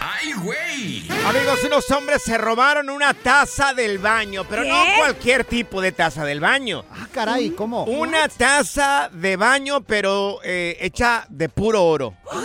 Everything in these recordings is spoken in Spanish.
¡Ay, güey! Amigos, unos hombres se robaron una taza del baño, pero no cualquier tipo de taza del baño. Ah, caray, ¿cómo? Una taza de baño, pero eh, hecha de puro oro. De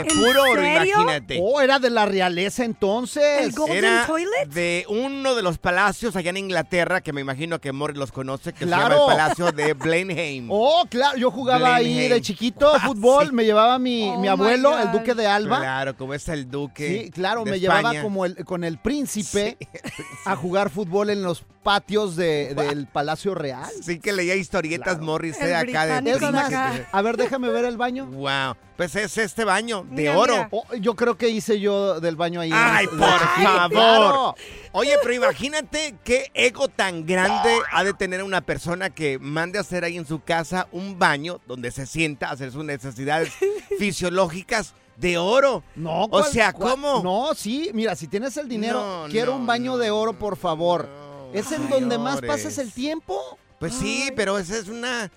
¡Anda! puro oro, serio? imagínate. Oh, era de la realeza entonces. El go- Golden Era Toilet? de uno de los palacios allá en Inglaterra, que me imagino que Morris los conoce, que se Claro. llama el Palacio de Blenheim. Oh, claro, yo jugaba ahí Blenheim. de chiquito fútbol, sí. me llevaba mi, Oh mi my abuelo, el God. duque de Alba. Claro, como es el duque. Sí, claro, de me España. llevaba como el, con el príncipe a jugar fútbol en los patios de- del Palacio Real. Sí que leía historietas Morris El eh, acá de británico Es de más, acá. a ver, déjame ver el baño. Wow. Pues es este baño de Mira, oro. mira. Oh, yo creo que hice yo del baño ahí. Ay, De por chiquito. favor. Oye, pero imagínate qué ego tan grande ha de tener una persona que mande a hacer ahí en su casa un baño donde se sienta a hacer sus necesidades fisiológicas de oro. No, O ¿cuál- sea, cuál- ¿cómo? No, sí, mira, si tienes el dinero, No, quiero no, un baño no, de oro, por favor. no, es en señores. donde más pasas el tiempo. Pues sí, pero esa es una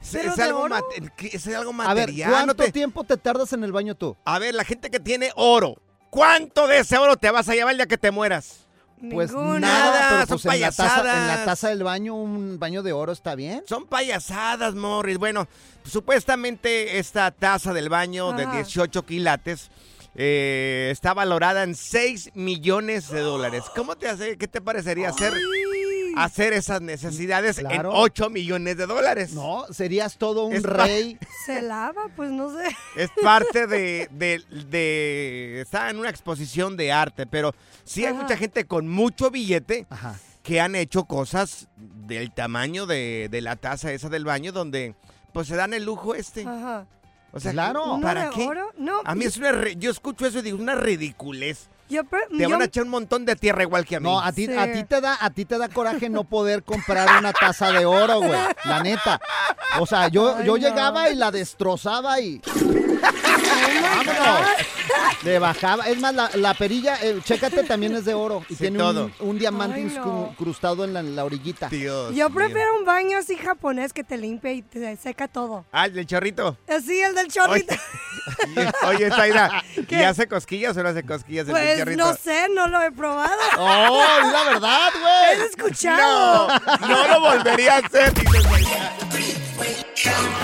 es, ¿Pero es de algo oro? mate- que- es algo A ver, material. no ¿cuánto te- tiempo te tardas en el baño tú? A ver, la gente que tiene oro, ¿cuánto de ese oro te vas a llevar ya que te mueras? Pues Ninguna. Nada, nada, pero son pues en la, taza, en la payasadas. taza del baño, un baño de oro está bien. Son payasadas, Morris. Bueno, supuestamente esta taza del baño de Ajá. 18 quilates eh, está valorada en 6 millones de dólares. ¿Cómo te hace, qué te parecería hacer, hacer esas necesidades Claro. en 8 millones de dólares? No, serías todo un Es pa- rey. Se lava, pues no sé. Es parte de, de- de- Está en una exposición de arte, pero sí hay Ajá. mucha gente con mucho billete Ajá. que han hecho cosas del tamaño de, de la taza esa del baño donde pues se dan el lujo este. Ajá. O sea, Claro. ¿Uno ¿para de qué? oro? No. A mí es una re- yo escucho eso y digo, una ridiculez. Yo, pre- Te van yo- a echar un montón de tierra igual que a mí. No, a ti, Sí. a ti te da, a ti te da coraje no poder comprar una taza de oro, güey. La neta. O sea, yo, Ay, yo no. llegaba y la destrozaba y. ¡Vámonos! Le bajaba. Es más, la, la perilla, eh, chécate, también es de oro. Y Sí, tiene todo. un, un diamante Ay, incru- no. incrustado en la, en la orillita. Dios yo mío. prefiero un baño así japonés que te limpia y te seca todo. Ah, el del chorrito. Así el del Oye, chorrito. oye Zaira, ¿y ¿Qué? hace cosquillas o no hace cosquillas el del Pues chorrito? no sé, no lo he probado. Oh, ¡Oh, es la verdad, He güey! escuchado. No lo volvería a hacer.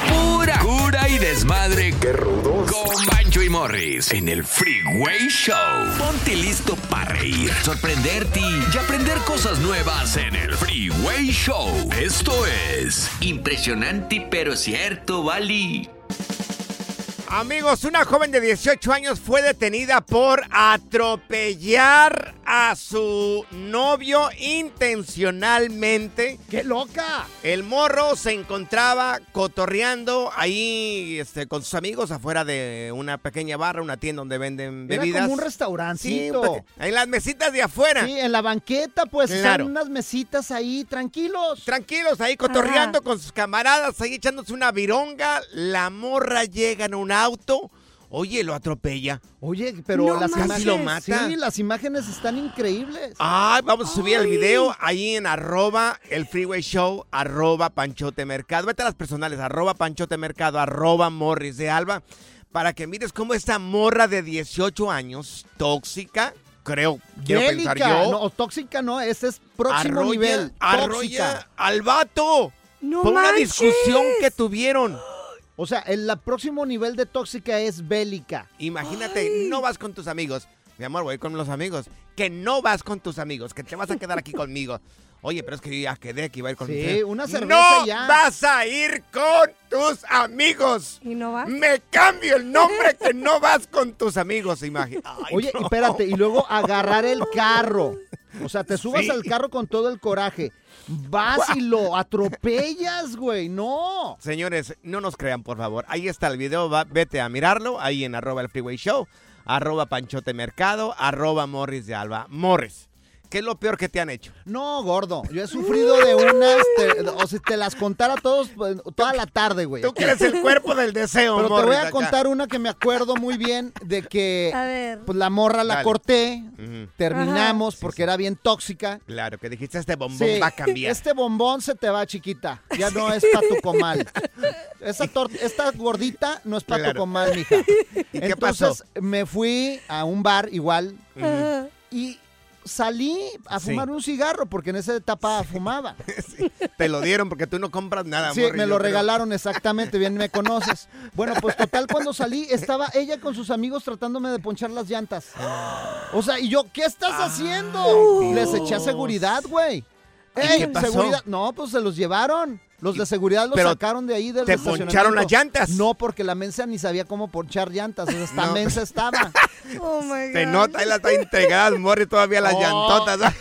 Pura cura y desmadre. Qué rudos. Con Bancho y Morris en el Freeway Show. Ponte listo para reír, sorprenderte y aprender cosas nuevas en el Freeway Show. Esto es impresionante pero cierto, Bali. Amigos, una joven de 18 años fue detenida por atropellar a su novio intencionalmente. ¡Qué loca! El morro se encontraba cotorreando ahí este, con sus amigos afuera de una pequeña barra, una tienda donde venden Era bebidas. como un restaurancito. Sí, un peque- en las mesitas de afuera. Sí, en la banqueta, pues, Claro. están unas mesitas ahí, tranquilos. Tranquilos, ahí cotorreando con sus camaradas, ahí echándose una vironga. La morra llega en un auto. Oye, lo atropella. Oye, pero No las manches. imágenes. Lo mata. Sí, las imágenes están increíbles. Ay, vamos a subir el Ay. video ahí en arroba el freeway show, arroba panchote mercado. Vete a las personales, arroba panchote mercado, arroba morris de alba, para que mires cómo esta morra de 18 años, tóxica, creo, quiero pensar Bélica, yo, no, o tóxica no, ese es próximo arrolla, nivel. arrolla tóxica. al vato. por una discusión que tuvieron. O sea, el la próximo nivel de tóxica es bélica. Imagínate, no vas con tus amigos. Mi amor, voy con los amigos. Que no vas con tus amigos, que te vas a quedar aquí conmigo. Oye, pero es que yo ya quedé que iba a ir con Sí, ustedes. Eh, una cerveza ¡No ya. vas a ir con tus amigos! ¿Y no vas? ¡Me cambio el nombre que no vas con tus amigos! Imagina. Ay, Oye, no. y espérate, y luego ah, agarrar el carro. O sea, te subas Sí. al carro con todo el coraje. Vas y lo atropellas, güey. No. Señores, no nos crean, por favor. Ahí está el video, va- vete a mirarlo. Ahí en arroba el freeway show, arroba panchote mercado, arroba morris de alba. Morris, ¿qué es lo peor que te han hecho? No, gordo. Yo he sufrido de unas. te- o si te las contara todos, pues, toda la tarde, güey. Tú que eres el cuerpo del deseo, Pero te Morris, voy a acá. contar una que me acuerdo muy bien de que A ver. pues, la morra la Dale. corté, Ujú. terminamos Ajá. porque era bien tóxica. Claro, que dijiste este bombón Sí, va a cambiar. Este bombón se te va chiquita, ya no es para tu comal. Esa tor- esta gordita no es para tu Claro. comal, mija. ¿Y qué Entonces pasó? me fui a un bar igual Ajá. y salí a Sí. fumar un cigarro porque en esa etapa fumaba. Te lo dieron porque tú no compras nada, Sí, Morris, me yo lo creo. regalaron exactamente, bien me conoces. Bueno, pues total, cuando salí, estaba ella con sus amigos tratándome de ponchar las llantas. O sea, y yo, ¿qué estás haciendo? Les eché a seguridad, güey. Ey, qué pasó? seguridad. No, pues se los llevaron. Los de seguridad los Pero sacaron de ahí del ¿te estacionamiento. poncharon las llantas? No, porque la mensa ni sabía cómo ponchar llantas. O sea, hasta No. mensa estaba. Oh my God. Te nota, ahí la está entregada, Morris, todavía las Oh. llantotas.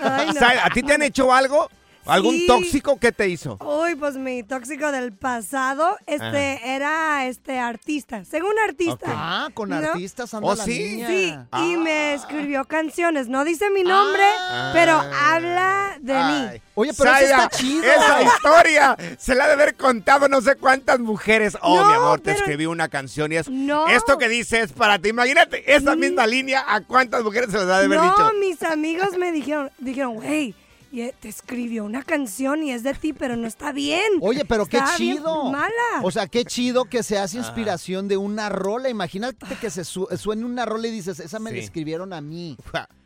Ay, O no. sea, ¿A ti te han hecho algo? ¿Algún Sí. tóxico que te hizo? Uy, pues mi tóxico del pasado, este, era este artista, según artista. Ok. Ah, con ¿No? artistas anda Oh, la ¿sí? Ah. niña. Sí, y me escribió canciones. No dice mi nombre, Ah. pero habla de mí. Ay. Oye, pero eso Zaira, está chido. Esa historia se la ha de haber contado no sé cuántas mujeres. Oh, No, mi amor, te pero- escribí una canción y es. No. Esto que dice es para ti. Imagínate, esa misma línea, ¿a cuántas mujeres se las ha de haber no, dicho? mis amigos me dijeron, dijeron, güey, y, eh, te escribió una canción y es de ti, pero no está bien. Oye, pero qué Está bien chido. Mala. O sea, qué chido que se hace inspiración de una rola. Imagínate que se su- suene una rola y dices, esa me la Sí. escribieron a mí.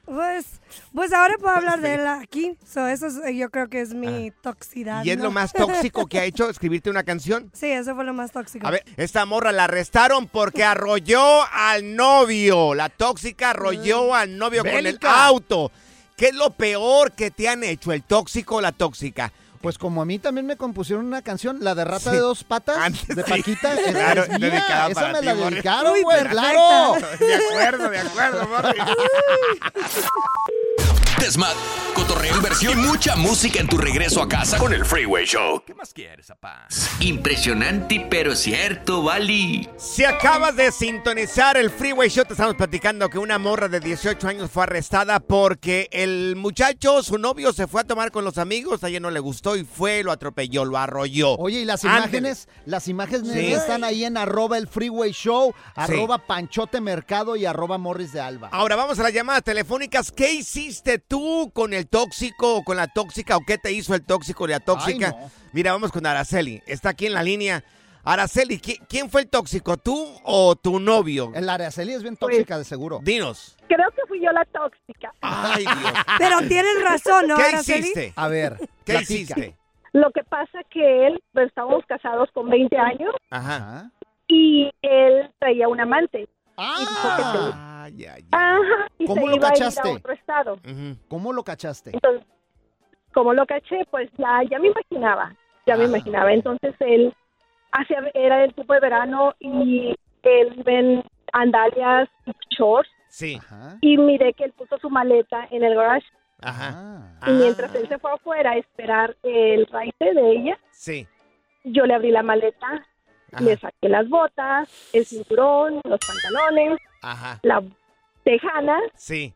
pues, pues ahora puedo hablar de él aquí. So, eso es- yo creo que es mi toxicidad. ¿Y es ¿no? lo más tóxico que ha hecho escribirte una canción? Sí, eso fue lo más tóxico. A ver, esta morra la arrestaron porque arrolló al novio. La tóxica arrolló al novio con el Bélica. auto. ¿Qué es lo peor que te han hecho, el tóxico o la tóxica? Pues como a mí también me compusieron una canción, la de Rata Sí. de dos patas, Antes, de sí. Paquita, esa Claro, es mía, dedicada esa para me ti, la Borre. dedicaron, Uy, güey, perfecta. claro. De acuerdo, de acuerdo, morra. Desmadre, cotorreo, versión mucha música en tu regreso a casa con el Freeway Show. ¿Qué más quieres, papá? Impresionante pero cierto, Bali. Si acabas de sintonizar el Freeway Show, te estamos platicando que una morra de 18 años fue arrestada porque el muchacho, su novio, se fue a tomar con los amigos, a ella no le gustó y fue, lo atropelló, lo arrolló. Oye, y las Ándele. imágenes, las imágenes Sí. están ahí en arroba el freeway show, arroba panchote mercado y arroba morris de alba. Ah. Ahora vamos a las llamadas telefónicas. ¿Qué hiciste tú con el tóxico o con la tóxica o qué te hizo el tóxico o la tóxica? no. Mira, vamos con Araceli. Está aquí en la línea. Araceli, ¿qui- ¿quién fue el tóxico? ¿Tú o tu novio? El Araceli es bien tóxica, de seguro. Dinos. Creo que fui yo la tóxica. Ay, Dios. Pero tienes razón, ¿no, ¿Qué Araceli? hiciste? A ver, ¿Qué platica. hiciste? Lo que pasa que él, pues, estábamos casados con 20 años Ajá. y él traía un amante. Y dijo que se- Ay, ay, Ajá, y Ah, ¿Cómo se lo iba a cachaste? ir a otro estado. ¿Cómo lo cachaste? Entonces, como lo caché, pues ya, ya me imaginaba, ya Ah. me imaginaba. Entonces él hacía, era el tipo de verano y él ven andalias y shorts Sí. y miré que él puso su maleta en el garage Ajá. Ah. Ah. Ah. y mientras él se fue afuera a esperar el raite de ella, Sí. yo le abrí la maleta, le saqué las botas, el cinturón, los pantalones, Ajá. la tejana, Sí.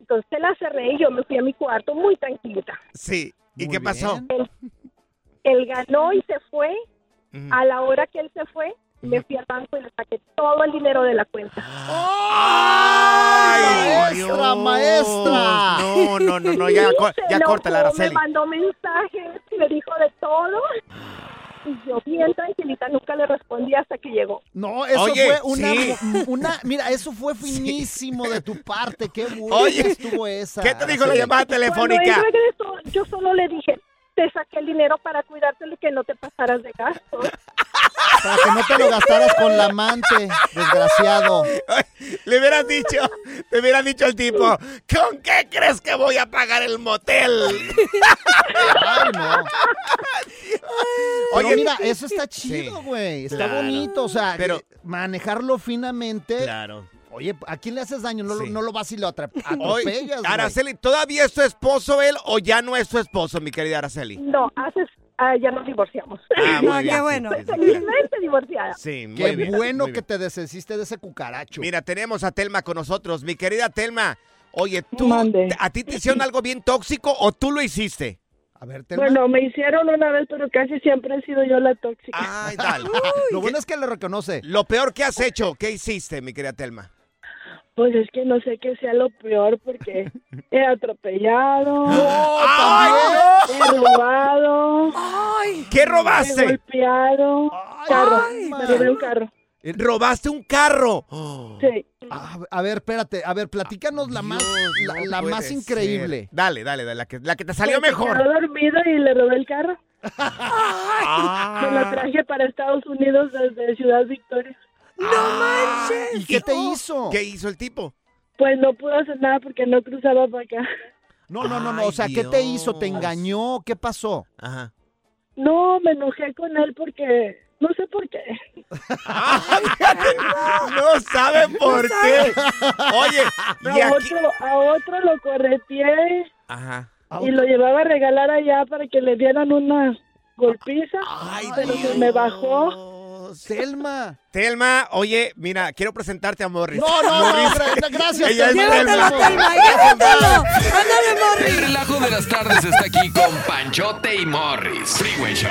entonces se la cerré y yo me fui a mi cuarto muy tranquilita. Sí. ¿Y qué pasó? Él, él ganó y se fue. Ujú. A la hora que él se fue, me fui al banco y le saqué todo el dinero de la cuenta. ¡Ay, Maestra, maestra. No, no, no, no, ya, Sí, cor- se ya enojó, corta la Araceli. Me mandó mensajes, me dijo de todo. Y yo bien tranquilita, nunca le respondí hasta que llegó. No, eso Oye, fue una, sí. mo- una- Mira, eso fue finísimo de tu parte. Qué buena Oye, que estuvo esa. ¿qué te dijo la Araceli. llamada telefónica? Cuando él regresó, yo solo le dije, te saqué el dinero para cuidarte de que no te pasaras de gastos. Para que no te lo gastaras con la amante, desgraciado. Le hubieras dicho, te hubiera dicho al tipo, ¿con qué crees que voy a pagar el motel? Ay, no. Pero Oye, mira, eso está sí. chido, güey. Está Claro. bonito, o sea, eh, Pero- manejarlo finamente. Claro. Oye, ¿a quién le haces daño? No, lo- Sí. no lo vas y lo atrap- Hoy, atropellas, güey. Araceli, ¿todavía es tu esposo él o ya no es tu esposo, mi querida Araceli? No, haces, ah, ya nos divorciamos. Ah, muy No, bien, qué sí, bueno. sí, sí, claro. Felizmente divorciada. Sí, muy Qué bien, bueno muy que bien. te deshiciste de ese cucaracho. Mira, tenemos a Telma con nosotros. Mi querida Telma, oye, ¿tú, Mande. ¿a ti te hicieron algo bien tóxico o tú lo hiciste? A ver, Telma. Bueno, me hicieron una vez, pero casi siempre he sido yo la tóxica. Ay, dale. lo bueno es que lo reconoce. Lo peor que has hecho, ¿qué hiciste, mi querida Telma? Pues es que no sé qué sea lo peor porque he atropellado, he robado, ¿Qué he robaste? golpeado, carro, me robé un carro. Eh, ¿Robaste un carro? Oh. Sí. A, a ver, espérate, a ver, platícanos la más, la, No la puede más ser. increíble. Dale, dale, dale, la que, la que te salió Pues, Se mejor. quedó dormido y le robé el carro. Me lo Ah, traje para Estados Unidos desde Ciudad Victoria. ¿Y qué te hizo? ¿Qué hizo el tipo? Pues no pude hacer nada porque no cruzaba para acá. No, no, no, no, o sea, Ay, ¿qué te hizo? ¿Te Dios. engañó? ¿Qué pasó? Ajá. No, me enojé con él porque no sé por qué. No saben por qué. Oye, Ah, y A aquí... otro, a otro lo correteé Ajá. y lo llevaba a regalar allá para que le dieran una golpiza, pero se me bajó. Selma. Telma, oye, mira, quiero presentarte a Morris. No, no, no, Morris. gra- gracias. Ella es Telma. Llévatelo, Vamos. Telma, llévatelo. Ándale, El Morris. relajo de las tardes está aquí con Panchote y Morris. Freeway Show.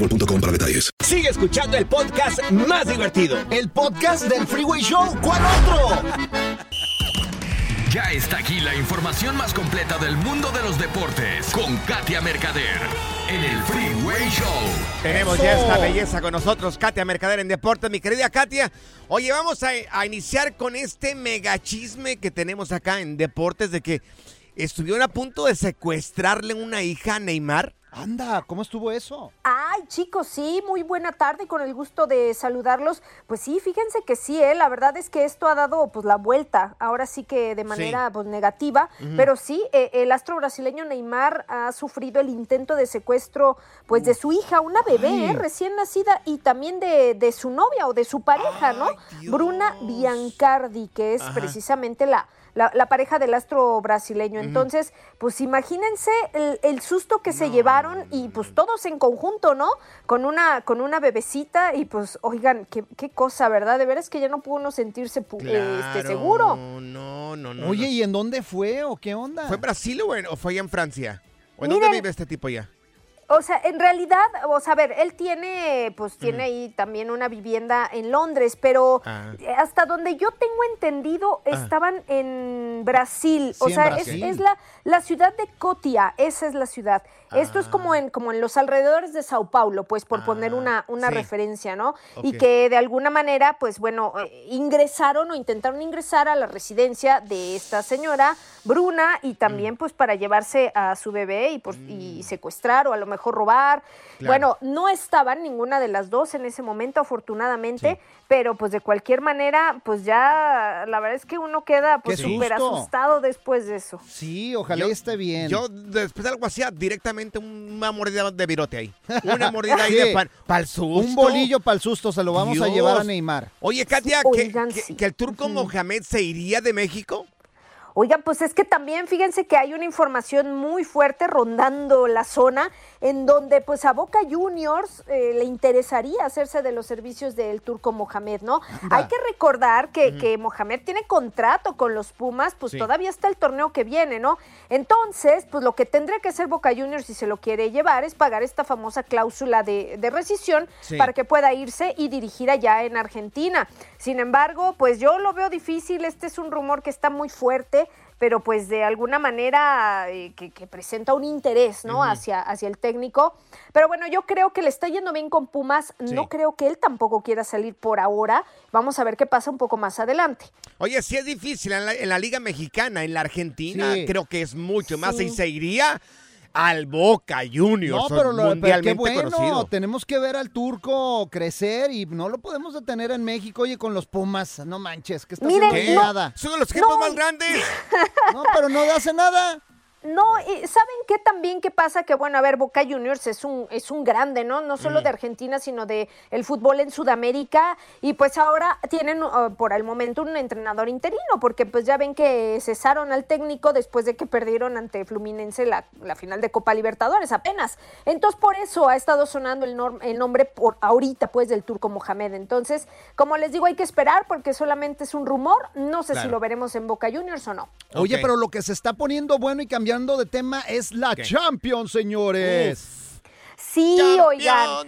Boostmobile.com para detalles. Sigue escuchando el podcast más divertido. El podcast del Freeway Show. ¿Cuál otro? Ya está aquí la información más completa del mundo de los deportes con Katia Mercader en el Freeway Show. Tenemos ya esta belleza con nosotros, Katia Mercader en Deportes. Mi querida Katia, oye, vamos a, a iniciar con este mega chisme que tenemos acá en Deportes de que estuvieron a punto de secuestrarle una hija a Neymar. Anda, ¿cómo estuvo eso? Ay, chicos, sí, muy buena tarde, con el gusto de saludarlos. Pues sí, fíjense que sí, ¿eh? la verdad es que esto ha dado pues la vuelta, ahora sí que de manera pues, negativa, Ujú. pero sí, eh, el astro brasileño Neymar ha sufrido el intento de secuestro pues de su hija, una bebé Ay. ¿eh? recién nacida y también de, de su novia o de su pareja, ¿no? Bruna Biancardi, que es Ajá. precisamente la... La, la pareja del astro brasileño. Entonces, pues imagínense el, el susto que se llevaron y pues todos en conjunto, ¿no? Con una, con una bebecita y pues, oigan, qué, qué cosa, ¿verdad? De veras que ya no pudo uno sentirse pu- eh, este, seguro. Oye, ¿y en dónde fue o qué onda? ¿Fue en Brasil o, en- o fue allá en Francia? ¿O en Miren. dónde vive este tipo ya? O sea, en realidad, o sea, a ver, él tiene, pues tiene ahí también una vivienda en Londres, pero Ah. eh, hasta donde yo tengo entendido, Ah. estaban en Brasil. O Sí, en sea, es- Brasil. es, la, la ciudad de Cotia, esa es la ciudad. Esto Ah. es como en, como en los alrededores de Sao Paulo, pues por poner una, una sí. referencia, ¿no? Y Ok. que de alguna manera, pues bueno, eh, ingresaron o intentaron ingresar a la residencia de esta señora, Bruna, y Mm. también pues para llevarse a su bebé y, por- y secuestrar o a lo mejor robar. Claro. Bueno, no estaban ninguna de las dos en ese momento, afortunadamente, pero pues de cualquier manera, pues ya la verdad es que uno queda pues ¡Qué súper susto! asustado después de eso. Sí, ojalá y esté bien. Yo después de algo así, ah, directamente una mordida de virote ahí. Una mordida ahí de Sí. pan. Pa'l susto. Un bolillo para el susto, se lo vamos a Dios. llevar a Neymar. Oye, Katia, que, que- que el turco Mohamed se iría de México. Oigan, pues es que también fíjense que hay una información muy fuerte rondando la zona en donde pues a Boca Juniors eh, le interesaría hacerse de los servicios del turco Mohamed, ¿no? Anda. Hay que recordar que, Ujú. que Mohamed tiene contrato con los Pumas, pues Sí. todavía está el torneo que viene, ¿no? Entonces, pues lo que tendría que hacer Boca Juniors si se lo quiere llevar es pagar esta famosa cláusula de, de rescisión Sí. para que pueda irse y dirigir allá en Argentina. Sin embargo, pues yo lo veo difícil, este es un rumor que está muy fuerte, pero pues de alguna manera eh, que, que presenta un interés, ¿no? Ujú. hacia, hacia el técnico. Pero bueno, yo creo que le está yendo bien con Pumas, Sí. no creo que él tampoco quiera salir por ahora. Vamos a ver qué pasa un poco más adelante. Oye, sí es difícil en la, en la Liga Mexicana, en la Argentina, Sí. creo que es mucho más. Sí. Y se iría al Boca Juniors, No, pero, lo, pero qué mundialmente bueno, conocido. tenemos que ver al turco crecer y no lo podemos detener en México, oye, con los Pumas, no manches, que está Miren, haciendo no- nada. Son los equipos más grandes. No, pero no hace nada. No, y ¿saben qué también qué pasa? Que bueno, a ver, Boca Juniors es un, es un grande, ¿no? No solo Mm. de Argentina, sino de el fútbol en Sudamérica. Y pues ahora tienen uh, por el momento un entrenador interino, porque pues ya ven que cesaron al técnico después de que perdieron ante Fluminense la, la final de Copa Libertadores apenas. Entonces, por eso ha estado sonando el, norm- el nombre por ahorita, pues, del turco Mohamed. Entonces, como les digo, hay que esperar porque solamente es un rumor. No sé si Claro. lo veremos en Boca Juniors o no. Oye, pero lo que se está poniendo bueno y cambiando de tema es la Champions, señores. Sí, oigan.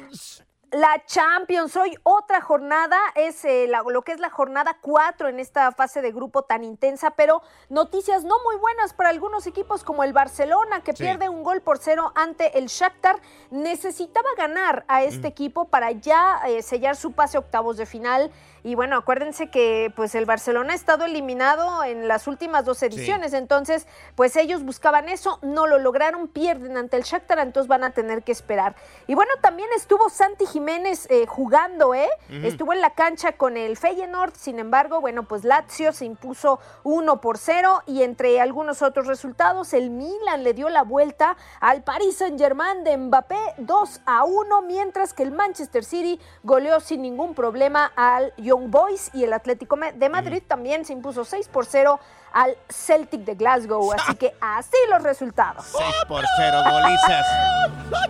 La Champions, hoy otra jornada, es eh, la- lo que es la jornada 4 en esta fase de grupo tan intensa, pero noticias no muy buenas para algunos equipos como el Barcelona, que Sí. pierde un gol por cero ante el Shakhtar. Necesitaba ganar a este equipo para ya eh, sellar su pase a octavos de final. Y bueno, acuérdense que pues el Barcelona ha estado eliminado en las últimas dos ediciones, entonces, pues ellos buscaban eso, no lo lograron, pierden ante el Shakhtar, entonces van a tener que esperar. Y bueno, también estuvo Santi Jiménez eh, jugando, ¿eh? Ujú. Estuvo en la cancha con el Feyenoord, sin embargo, bueno, pues Lazio se impuso 1 por 0 y entre algunos otros resultados, el Milan le dio la vuelta al Paris Saint-Germain de Mbappé 2 a 1, mientras que el Manchester City goleó sin ningún problema al Young Boys y el Atlético Ma- de Madrid también se impuso 6 por 0 al Celtic de Glasgow, así que así los resultados. 6 por 0, golizas.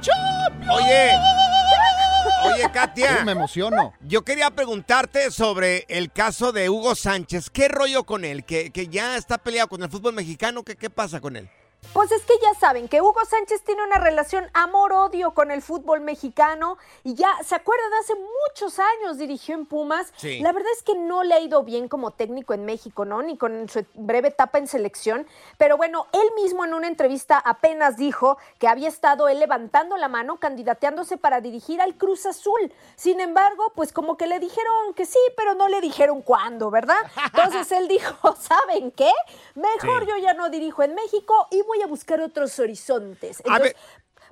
Oye, oye, Katia. me emociono. Yo quería preguntarte sobre el caso de Hugo Sánchez. ¿Qué rollo con él? ¿Que, que ya está peleado con el fútbol mexicano? ¿Qué, qué pasa con él? Pues es que ya saben que Hugo Sánchez tiene una relación amor-odio con el fútbol mexicano y ya se acuerdan, hace muchos años dirigió en Pumas. Sí. La verdad es que no le ha ido bien como técnico en México, ¿no? Ni con su breve etapa en selección. Pero bueno, él mismo en una entrevista apenas dijo que había estado él levantando la mano, candidateándose para dirigir al Cruz Azul. Sin embargo, pues como que le dijeron que sí, pero no le dijeron cuándo, ¿verdad? Entonces él dijo, ¿saben qué? Mejor Sí. yo ya no dirijo en México y voy a buscar otros horizontes. A ver. Entonces,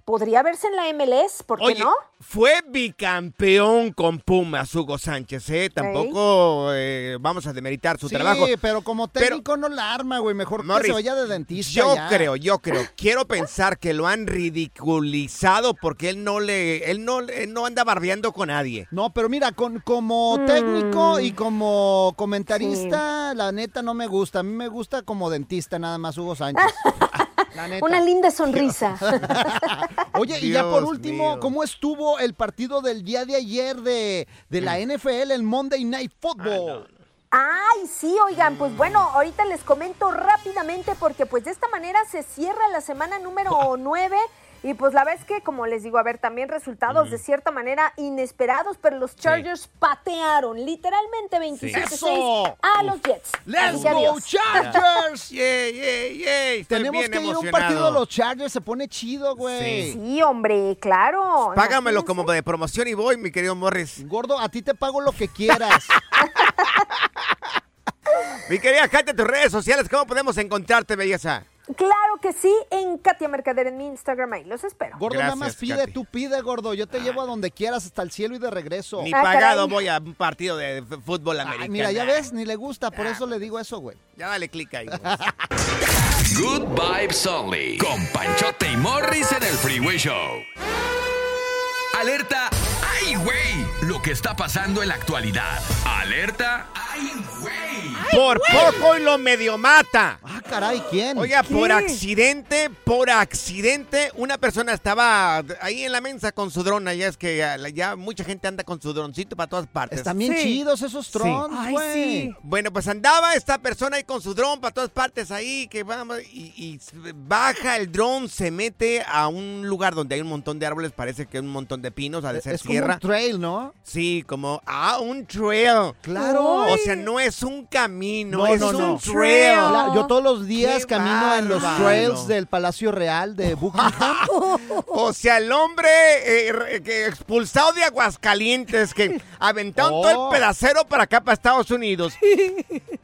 podría verse en la MLS, ¿por qué Oye, no? fue bicampeón con Pumas, Hugo Sánchez, ¿eh? Tampoco eh, vamos a demeritar su sí, trabajo. pero como técnico no la arma, güey. Mejor que Morris, se vaya de dentista. Yo ya. creo, yo creo. Quiero pensar que lo han ridiculizado porque él no le, él no, él no anda barbeando con nadie. No, pero mira, con, como Mm. técnico y como comentarista, la neta no me gusta. A mí me gusta como dentista nada más Hugo Sánchez. La neta. Una linda sonrisa. Oye, y ya por Dios último, mío. ¿cómo estuvo el partido del día de ayer de, de la NFL, el Monday Night Football? Ah, Ay, sí, oigan, pues bueno, ahorita les comento rápidamente porque pues de esta manera se cierra la semana número 9 y pues la verdad es que como les digo, a ver, también resultados de cierta manera inesperados, pero los Chargers patearon literalmente 27 ¡Eso! a los Jets. ¡Let's Así que go, adiós. Chargers! Yeah, yeah, yeah. Estoy Tenemos bien que ir a un emocionado. partido de los Chargers, se pone chido, güey. Sí. hombre, claro. Págamelo como de promoción y voy, mi querido Morris. Gordo, a ti te pago lo que quieras. mi querida Katia, tus redes sociales, ¿cómo podemos encontrarte, belleza? Claro que sí, en Katia Mercader en mi Instagram, ahí los espero. Gordo, nada más Gracias, pide, Katy. tú pide, gordo. Yo te llevo a donde quieras, hasta el cielo y de regreso. Ah. Ah, Ni Ah, pagado voy a un partido de f- fútbol americano. Mira, ya ves, ni le gusta, por eso le digo eso, güey. Ah, pues, Ya dale clic ahí. Good vibes only. Con Panchote y Morris en el Freeway Show. Alerta. ¡Ay, güey! Lo que está pasando en la actualidad. Alerta. Por poco y lo medio mata. Ah, caray, ¿quién? Oiga, por ¿Qué? accidente, por accidente, una persona estaba ahí en la mensa con su dron. Ya es que ya, ya mucha gente anda con su droncito para todas partes. Están bien chidos esos trons, Ay, güey. sí. Bueno, pues andaba esta persona ahí con su dron para todas partes ahí, que vamos, y, y s- baja el dron, se mete a un lugar donde hay un montón de árboles, parece que hay un montón de pinos, ha de ser E, Es como tierra. un trail, ¿no? Sí, como, ah, un trail. Claro. O sea, no es un camino, No, es no, un no. trail. Claro, yo todos los días Qué camino en los bárbaro. trails del Palacio Real de Buckingham. O sea, el hombre eh, re- que expulsado de Aguascalientes, que aventaron todo Oh. el pedacero para acá, para Estados Unidos,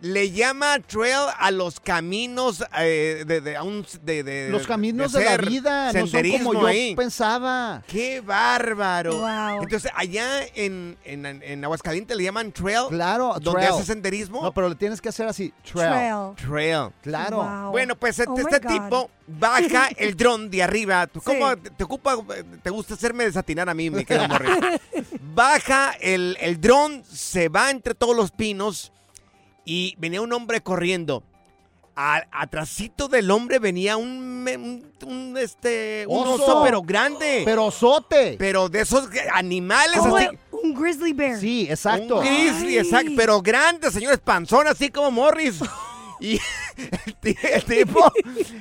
le llama trail a los caminos eh, de, de- a un- de- de- los caminos de, la hacer vida no son senderismo como yo ahí. pensaba. ¡Qué bárbaro! Entonces, allá en, en- en Aguascalientes le llaman trail. Claro, Donde trail. hace senderismo. No, pero le tienes que hacer así, trail. Trail. Claro. Wow. Bueno, pues este, Oh my este God. tipo baja el dron de arriba. ¿Tú ¿Cómo te, te ocupa? Te gusta hacerme desatinar a mí, mi querido Morris. Baja el, el dron, se va entre todos los pinos y venía un hombre corriendo. A- atrasito del hombre venía un, me- un, un, este, un oso. Oso. pero grande. Pero sote. Pero de esos animales Como así. Un grizzly bear. Sí, exacto. Un grizzly, exacto, pero grande, señores, panzón, así como Morris. Y el, ti- el tipo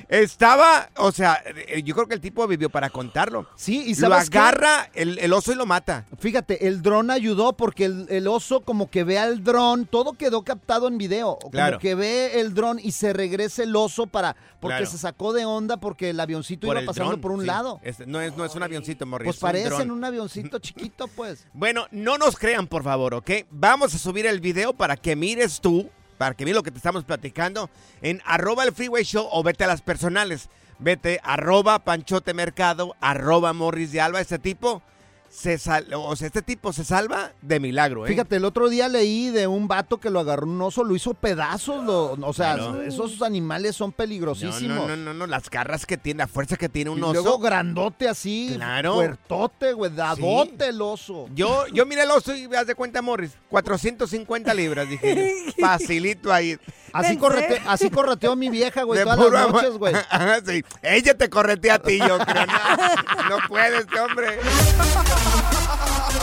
estaba, o sea, eh, yo creo que el tipo vivió para contarlo. Sí, y Lo ¿sabes qué? agarra el, el oso y lo mata. Fíjate, el dron ayudó porque el, el oso como que ve al dron, todo quedó captado en video. Como Claro. que ve el dron y se regresa el oso para porque Claro. se sacó de onda porque el avioncito Por iba el pasando dron, por un sí. lado. Este, no, es, no es un avioncito, Morris. Pues es un parece dron. en un avioncito chiquito, pues. Bueno, no nos crean, por favor, ¿ok? Vamos a subir el video para que mires tú, para que mires lo que te estamos platicando en arroba el freeway show o vete a las personales. Vete arroba panchote mercado, arroba morris de alba. Este tipo se sal- o sea, este tipo se salva de milagro, ¿eh? Fíjate, el otro día leí de un vato que lo agarró un oso, lo hizo pedazos, lo- o sea, Claro. esos animales son no, peligrosísimos. no, no, no, no, las garras que tiene, la fuerza que tiene un Y oso. luego grandote así, Claro. fuertote, güey, dadote el oso. Yo, yo miré el oso y haz de cuenta, Morris, 450 libras, dije. Facilito ahí. Así, correte- así correteó mi vieja, güey, todas puro las amor. noches, güey. Ajá, sí. Ella te corretea a ti, yo creo. No, no puede este hombre.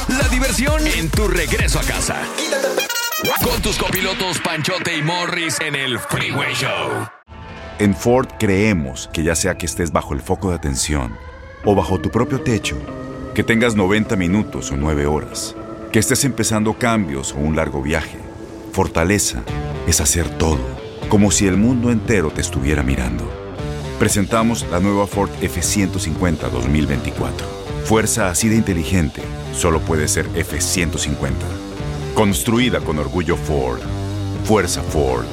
La diversión en tu regreso a casa. Con tus copilotos Panchote y Morris en el Freeway Show. En Ford creemos que ya sea que estés bajo el foco de atención o bajo tu propio techo, que tengas 90 minutos o 9 horas, que estés empezando cambios o un largo viaje, fortaleza es hacer todo, como si el mundo entero te estuviera mirando. Presentamos la nueva Ford F150 2024. Fuerza así de inteligente solo puede ser F150. Construida con orgullo Ford. Fuerza Ford.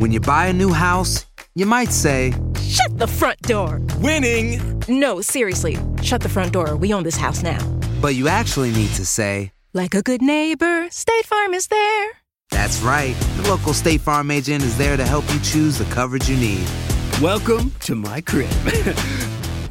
When you buy a new house, you might say, Shut the front door. Winning. No, seriously. Shut the front door. We own this house now. but you actually need to say, Like a good neighbor, State Farm is there. That's right. The local State Farm agent is there to help you choose the coverage you need. Welcome to my crib.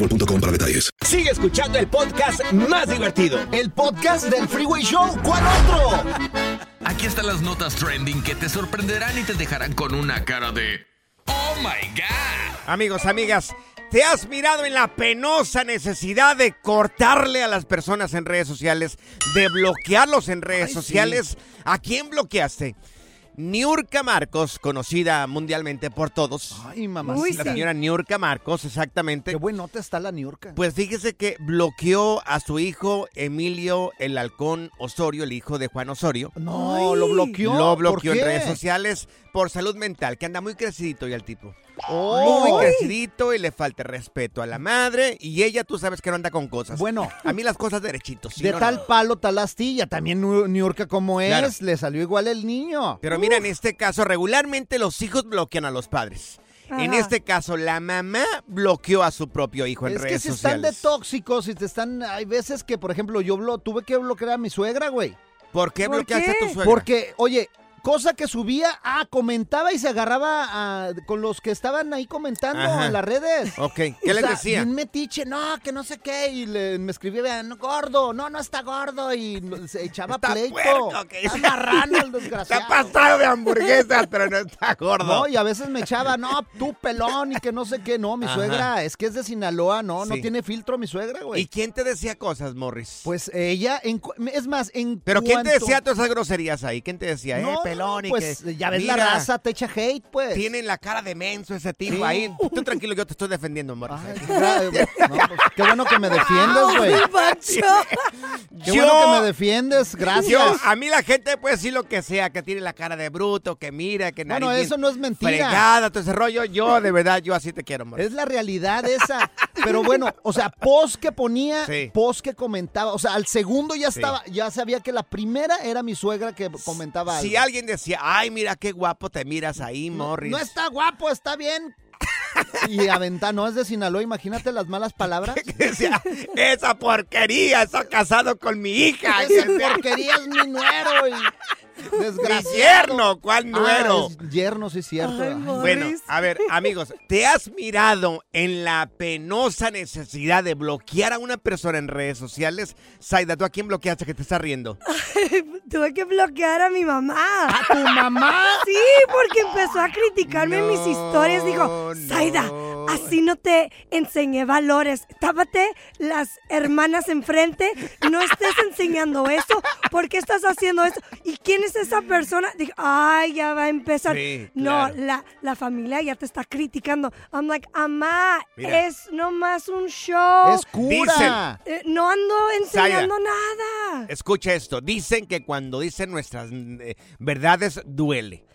para detalles. Sigue escuchando el podcast más divertido. El podcast del Freeway Show. ¿Cuál otro? Aquí están las notas trending que te sorprenderán y te dejarán con una cara de ¡Oh my God! Amigos, amigas, ¿te has mirado en la penosa necesidad de cortarle a las personas en redes sociales, de bloquearlos en redes Ay, sociales? ¿A quién bloqueaste? Niurka Marcos, conocida mundialmente por todos. Ay, mamacita. Uy, La sí. señora Niurka Marcos, exactamente. Qué buenota está la Niurka. Pues fíjese que bloqueó a su hijo Emilio el Halcón Osorio, el hijo de Juan Osorio. No, Ay. lo bloqueó. Lo ¿Por bloqueó en qué? redes sociales por salud mental, que anda muy crecidito ya el tipo. Oh. Muy Ay. crecidito y le falta el respeto a la madre. Y ella, tú sabes que no anda con cosas. Bueno. A mí las cosas derechitos. sí, de no, tal no. palo, tal astilla. También Nu- Niurka como es, Claro. le salió igual el niño. Pero mira, en este caso, regularmente los hijos bloquean a los padres. En Ajá. este caso, la mamá bloqueó a su propio hijo en Es que redes si están de sociales. tóxicos y te están. Hay veces que, por ejemplo, yo blo- tuve que bloquear a mi suegra, güey. ¿Por qué bloqueaste a tu suegra? Porque, oye, cosa que subía, ah, comentaba y se agarraba ah, con los que estaban ahí comentando Ajá. en las redes. Ok, ¿qué O les sea, decía? bien metiche, no, que no sé qué. Y le- me escribía, no, gordo, no, no está gordo. Y lo- se echaba pleito. Está marrano el desgraciado. Está pasado de hamburguesas, pero no está gordo. No, y a veces me echaba, no, tú pelón y que no sé qué. No, mi Ajá. suegra, es que es de Sinaloa, no, Sí. no tiene filtro mi suegra, güey. ¿Y quién te decía cosas, Morris? Pues ella, en cu- es más, en ¿Pero quién te cuanto- decía todas esas groserías ahí? ¿Quién te decía, eh, No, pelón? Y pues, que, ya ves la mira, raza, te echa hate, pues. Tienen la cara de menso ese tipo Sí. ahí. Tú tranquilo, yo te estoy defendiendo, Morris. Gra- no, pues, qué bueno que Ah, me defiendes, güey. Qué Yo- bueno que me defiendes, gracias. Yo- a mí la gente puede decir lo que sea, que tiene la cara de bruto, que mira, que nariz Bueno, bien eso no es mentira. Fregada, todo ese rollo. Yo, de verdad, yo así te quiero, Morris. Es la realidad esa. Pero bueno, o sea, post que ponía, Sí. post que comentaba. O sea, al segundo ya Sí. estaba, ya sabía que la primera era mi suegra que comentaba Si algo. alguien decía, ay, mira qué guapo te miras ahí, Morris. No está guapo, está bien. Y aventá, no es de Sinaloa, imagínate las malas palabras. Esa porquería, está casado con mi hija. Esa porquería es mi nuero y Mi desgraciado. yerno, ¿cuál Ah, nuero? es yerno, sí es cierto. Ay, Bueno, a ver, amigos, ¿te has mirado en la penosa necesidad de bloquear a una persona en redes sociales? Saida, ¿tú a quién bloqueaste que te está riendo? Tuve que bloquear a mi mamá. ¿A tu mamá? Sí, porque empezó a criticarme en mis historias. Dijo, Zaida, así no te enseñé valores. Tápate las hermanas enfrente. No estés enseñando eso. ¿Por qué estás haciendo eso? ¿Y quién es esa persona? Dije, ay, ya va a empezar. Sí, claro. No, la, la familia ya te está criticando. I'm like, mamá, Mira. es nomás un show. Es cura. Eh, no ando enseñando Zaida. nada. Escucha esto, dicen que cuando dicen nuestras eh, verdades duele.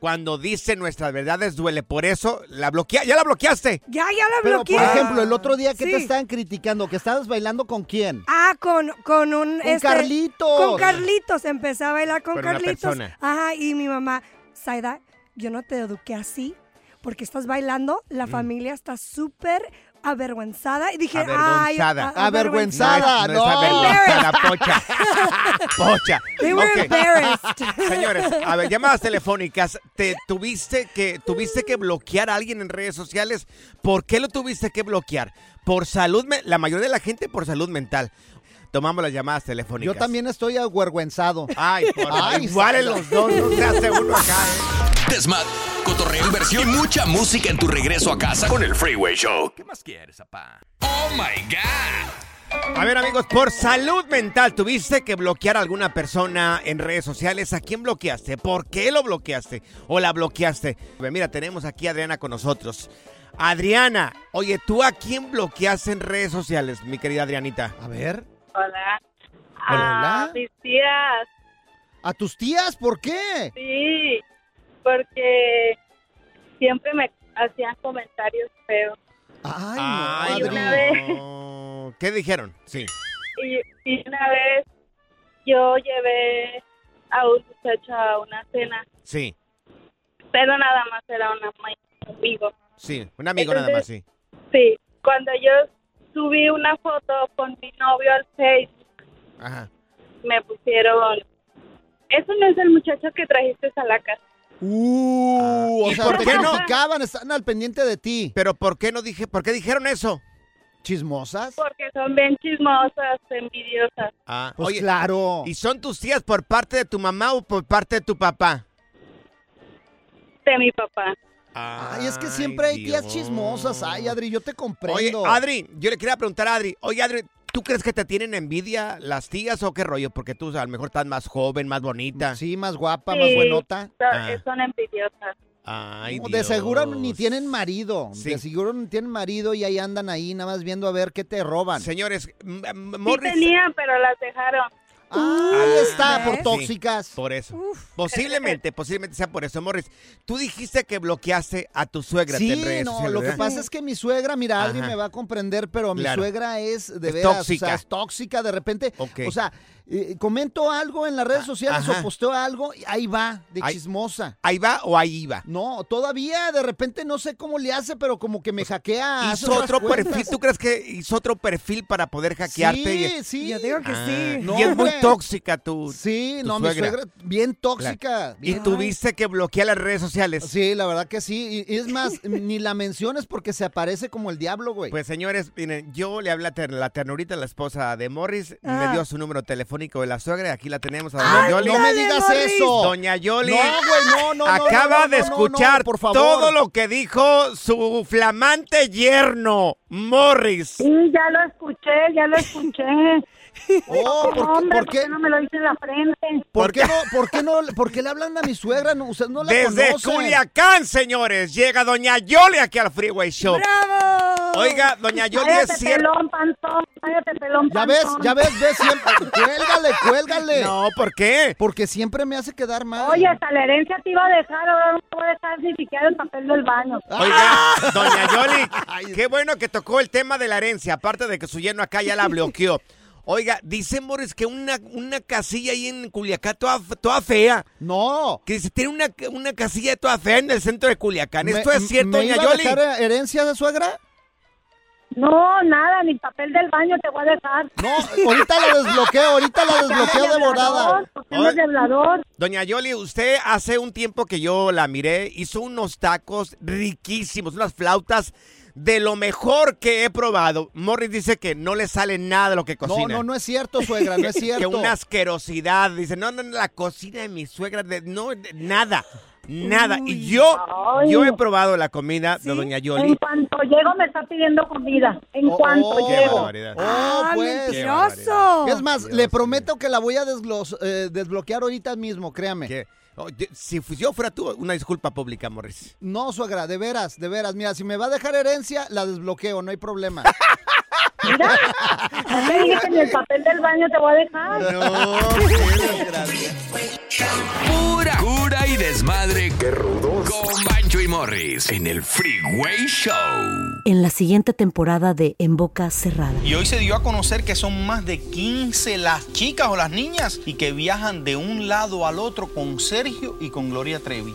Cuando dicen nuestras verdades duele, por eso la bloquea, ya la bloqueaste. Ya, ya la Pero, bloqueé. por ejemplo, el otro día que te Sí. estaban criticando, que estabas bailando con quién. Ah, con, con un... este, Con Carlitos. Con Carlitos. Empecé a bailar con Con una Carlitos. persona. Ajá, y mi mamá, Saida, yo no te eduqué así porque estás bailando, la familia está súper avergüenzada y dije, ay, Avergonzada. a- Avergüenzada. No, es avergonzada, pocha. Pocha. They were Ok. embarrassed. Señores, a ver, llamadas telefónicas. ¿Te tuviste que, tuviste que bloquear a alguien en redes sociales? ¿Por qué lo tuviste que bloquear? Por salud, me- la mayoría de la gente por salud mental. Tomamos las llamadas telefónicas. Yo también estoy avergüenzado. Ay, por- Ay, igual en Sandra. los dos, no se hace uno acá. Desmadre, cotorreo, inversión y mucha música en tu regreso a casa con el Freeway Show. ¿Qué más quieres, papá? Oh my God. A ver, amigos, por salud mental, ¿tuviste que bloquear a alguna persona en redes sociales? ¿A quién bloqueaste? ¿Por qué lo bloqueaste? ¿O la bloqueaste? A ver, Mira, tenemos aquí a Adriana con nosotros. Adriana, oye, ¿tú a quién bloqueaste en redes sociales, mi querida Adrianita? A ver. Hola. Ah, Hola. A mis tías, ¿A tus tías? ¿Por qué? sí, porque siempre me hacían comentarios feos. Ay, y, una Adri. vez, ¿Qué dijeron? Sí. y, y una vez yo llevé a un muchacho a una cena, Sí, pero nada más era una ma- amigo. sí. Un amigo nada más, sí. Sí, cuando yo subí una foto con mi novio al Facebook, Ajá. me pusieron, eso no es el muchacho que trajiste a la casa. Uh, o ¿Y sea, por te qué no? criticaban, están al pendiente de ti. Pero ¿por qué no dije, por qué dijeron eso? ¿Chismosas? Porque son bien chismosas, envidiosas. Ah, Pues claro. ¿Y son tus tías por parte de tu mamá o por parte de tu papá? De mi papá. Ay, es que siempre hay tías chismosas. Ay, Adri, yo te Oye, comprendo. Adri, yo le quería preguntar a Adri. Oye, Adri, ¿tú crees que te tienen envidia las tías o qué rollo? Porque tú a lo mejor estás más joven, más bonita. Sí, más guapa, Sí, más buenota. Son, Ah. son envidiosas. Ay, No, Dios. de seguro ni tienen marido. De seguro ni tienen marido y ahí andan ahí nada más viendo a ver qué te roban. Señores, m- m- Sí Morris- tenían, pero las dejaron. ahí está, Ah, por ¿ves? tóxicas. Sí, por eso. Posiblemente, posiblemente sea por eso, Morris. Tú dijiste que bloqueaste a tu suegra Sí, en redes no, sociales, lo que ¿verdad? pasa es que mi suegra, mira, Adri Ajá. me va a comprender, pero mi Claro. suegra es de Es veras, o tóxica. sea, es tóxica de repente. O sea, eh, comento algo en las redes sociales Ah, ajá. o posteo algo, y ahí va, de Ahí- chismosa. ¿Ahí va o ahí va? No, todavía de repente no sé cómo le hace, pero como que me hackea. hace Pues, ¿Hizo otras otro cuentas. perfil? ¿Tú crees que hizo otro perfil para poder hackearte? Sí, sí. Yo digo Ah, No, y es muy hombre. tóxica tu Sí, tu no, mi suegra bien tóxica. Claro. bien Y tuviste que bloquear las redes sociales. Sí, la verdad que sí. Y, y es más, ni la menciones porque se aparece como el diablo, güey. Pues señores, miren, yo le hablé a ter- la ternurita, la esposa de Morris, Ah. me dio su número telefónico de la suegra, y aquí la tenemos a doña Yoli. no me digas eso. Doña Yoli No, güey, no, no, no, acaba no, no, de no, no, escuchar por favor. todo lo que dijo su flamante yerno, Morris. Sí, ya lo escuché, ya lo escuché. Oh, ¿por qué- Hombre, por qué? no me lo dice en la frente? ¿Por qué no, por qué no, por qué le hablan a mi suegra? No, usted no la Desde conocen. Culiacán, señores, llega doña Yoli aquí al Freeway Show. ¡Bravo! Oiga, doña Yoli Cállate, es cierto. pelón, pantón, cállate, pelón, Ya ves, pantón. ya ves, ves siempre. cuélgale, cuélgale. No, ¿por qué? Porque siempre me hace quedar mal. Oye, hasta la herencia te iba a dejar, ahora no te voy a dejar ni siquiera el papel del baño. Ah, Oiga, doña Yoli, qué bueno que tocó el tema de la herencia, aparte de que su yerno acá ya la bloqueó. Oiga, dice Morris que una, una casilla ahí en Culiacán toda, toda fea. No. Que dice, tiene una, una casilla toda fea en el centro de Culiacán. ¿Esto Me- es cierto, me doña iba a Yoli? dejar eh, herencia de suegra? No, nada, ni papel del baño te voy a dejar. No, ahorita la desbloqueo, ahorita la desbloqueo de morada. Somos de hablador. Doña Yoli, usted hace un tiempo que yo la miré, hizo unos tacos riquísimos, unas flautas de lo mejor que he probado. Morris dice que no le sale nada de lo que No, cocina. no, no es cierto, suegra, no es cierto. Que una asquerosidad. Dice, no, no, no, la cocina de mi suegra, de- no, de- nada, nada. Y yo, Ay. yo he probado la comida de Doña En Yoli. cuanto llego me está pidiendo comida. En cuanto oh, Qué llego. barbaridad. Oh, Ah, pues. mentiroso. Es más, le prometo que la voy a desglos- eh, desbloquear ahorita mismo, créame. Que- oh, yo- si fu- yo fuera tú, una disculpa pública, Morris. No, suegra, de veras, de veras. Mira, si me va a dejar herencia, la desbloqueo, no hay problema. Ya te dije que ni el papel del baño te voy a dejar. Pura cura y desmadre. Qué rudos. Con Bancho y Morris en el Freeway Show. En la siguiente temporada de En Boca Cerrada. Y hoy se dio a conocer que son más de 15 las chicas o las niñas y que viajan de un lado al otro con Sergio y con Gloria Trevi.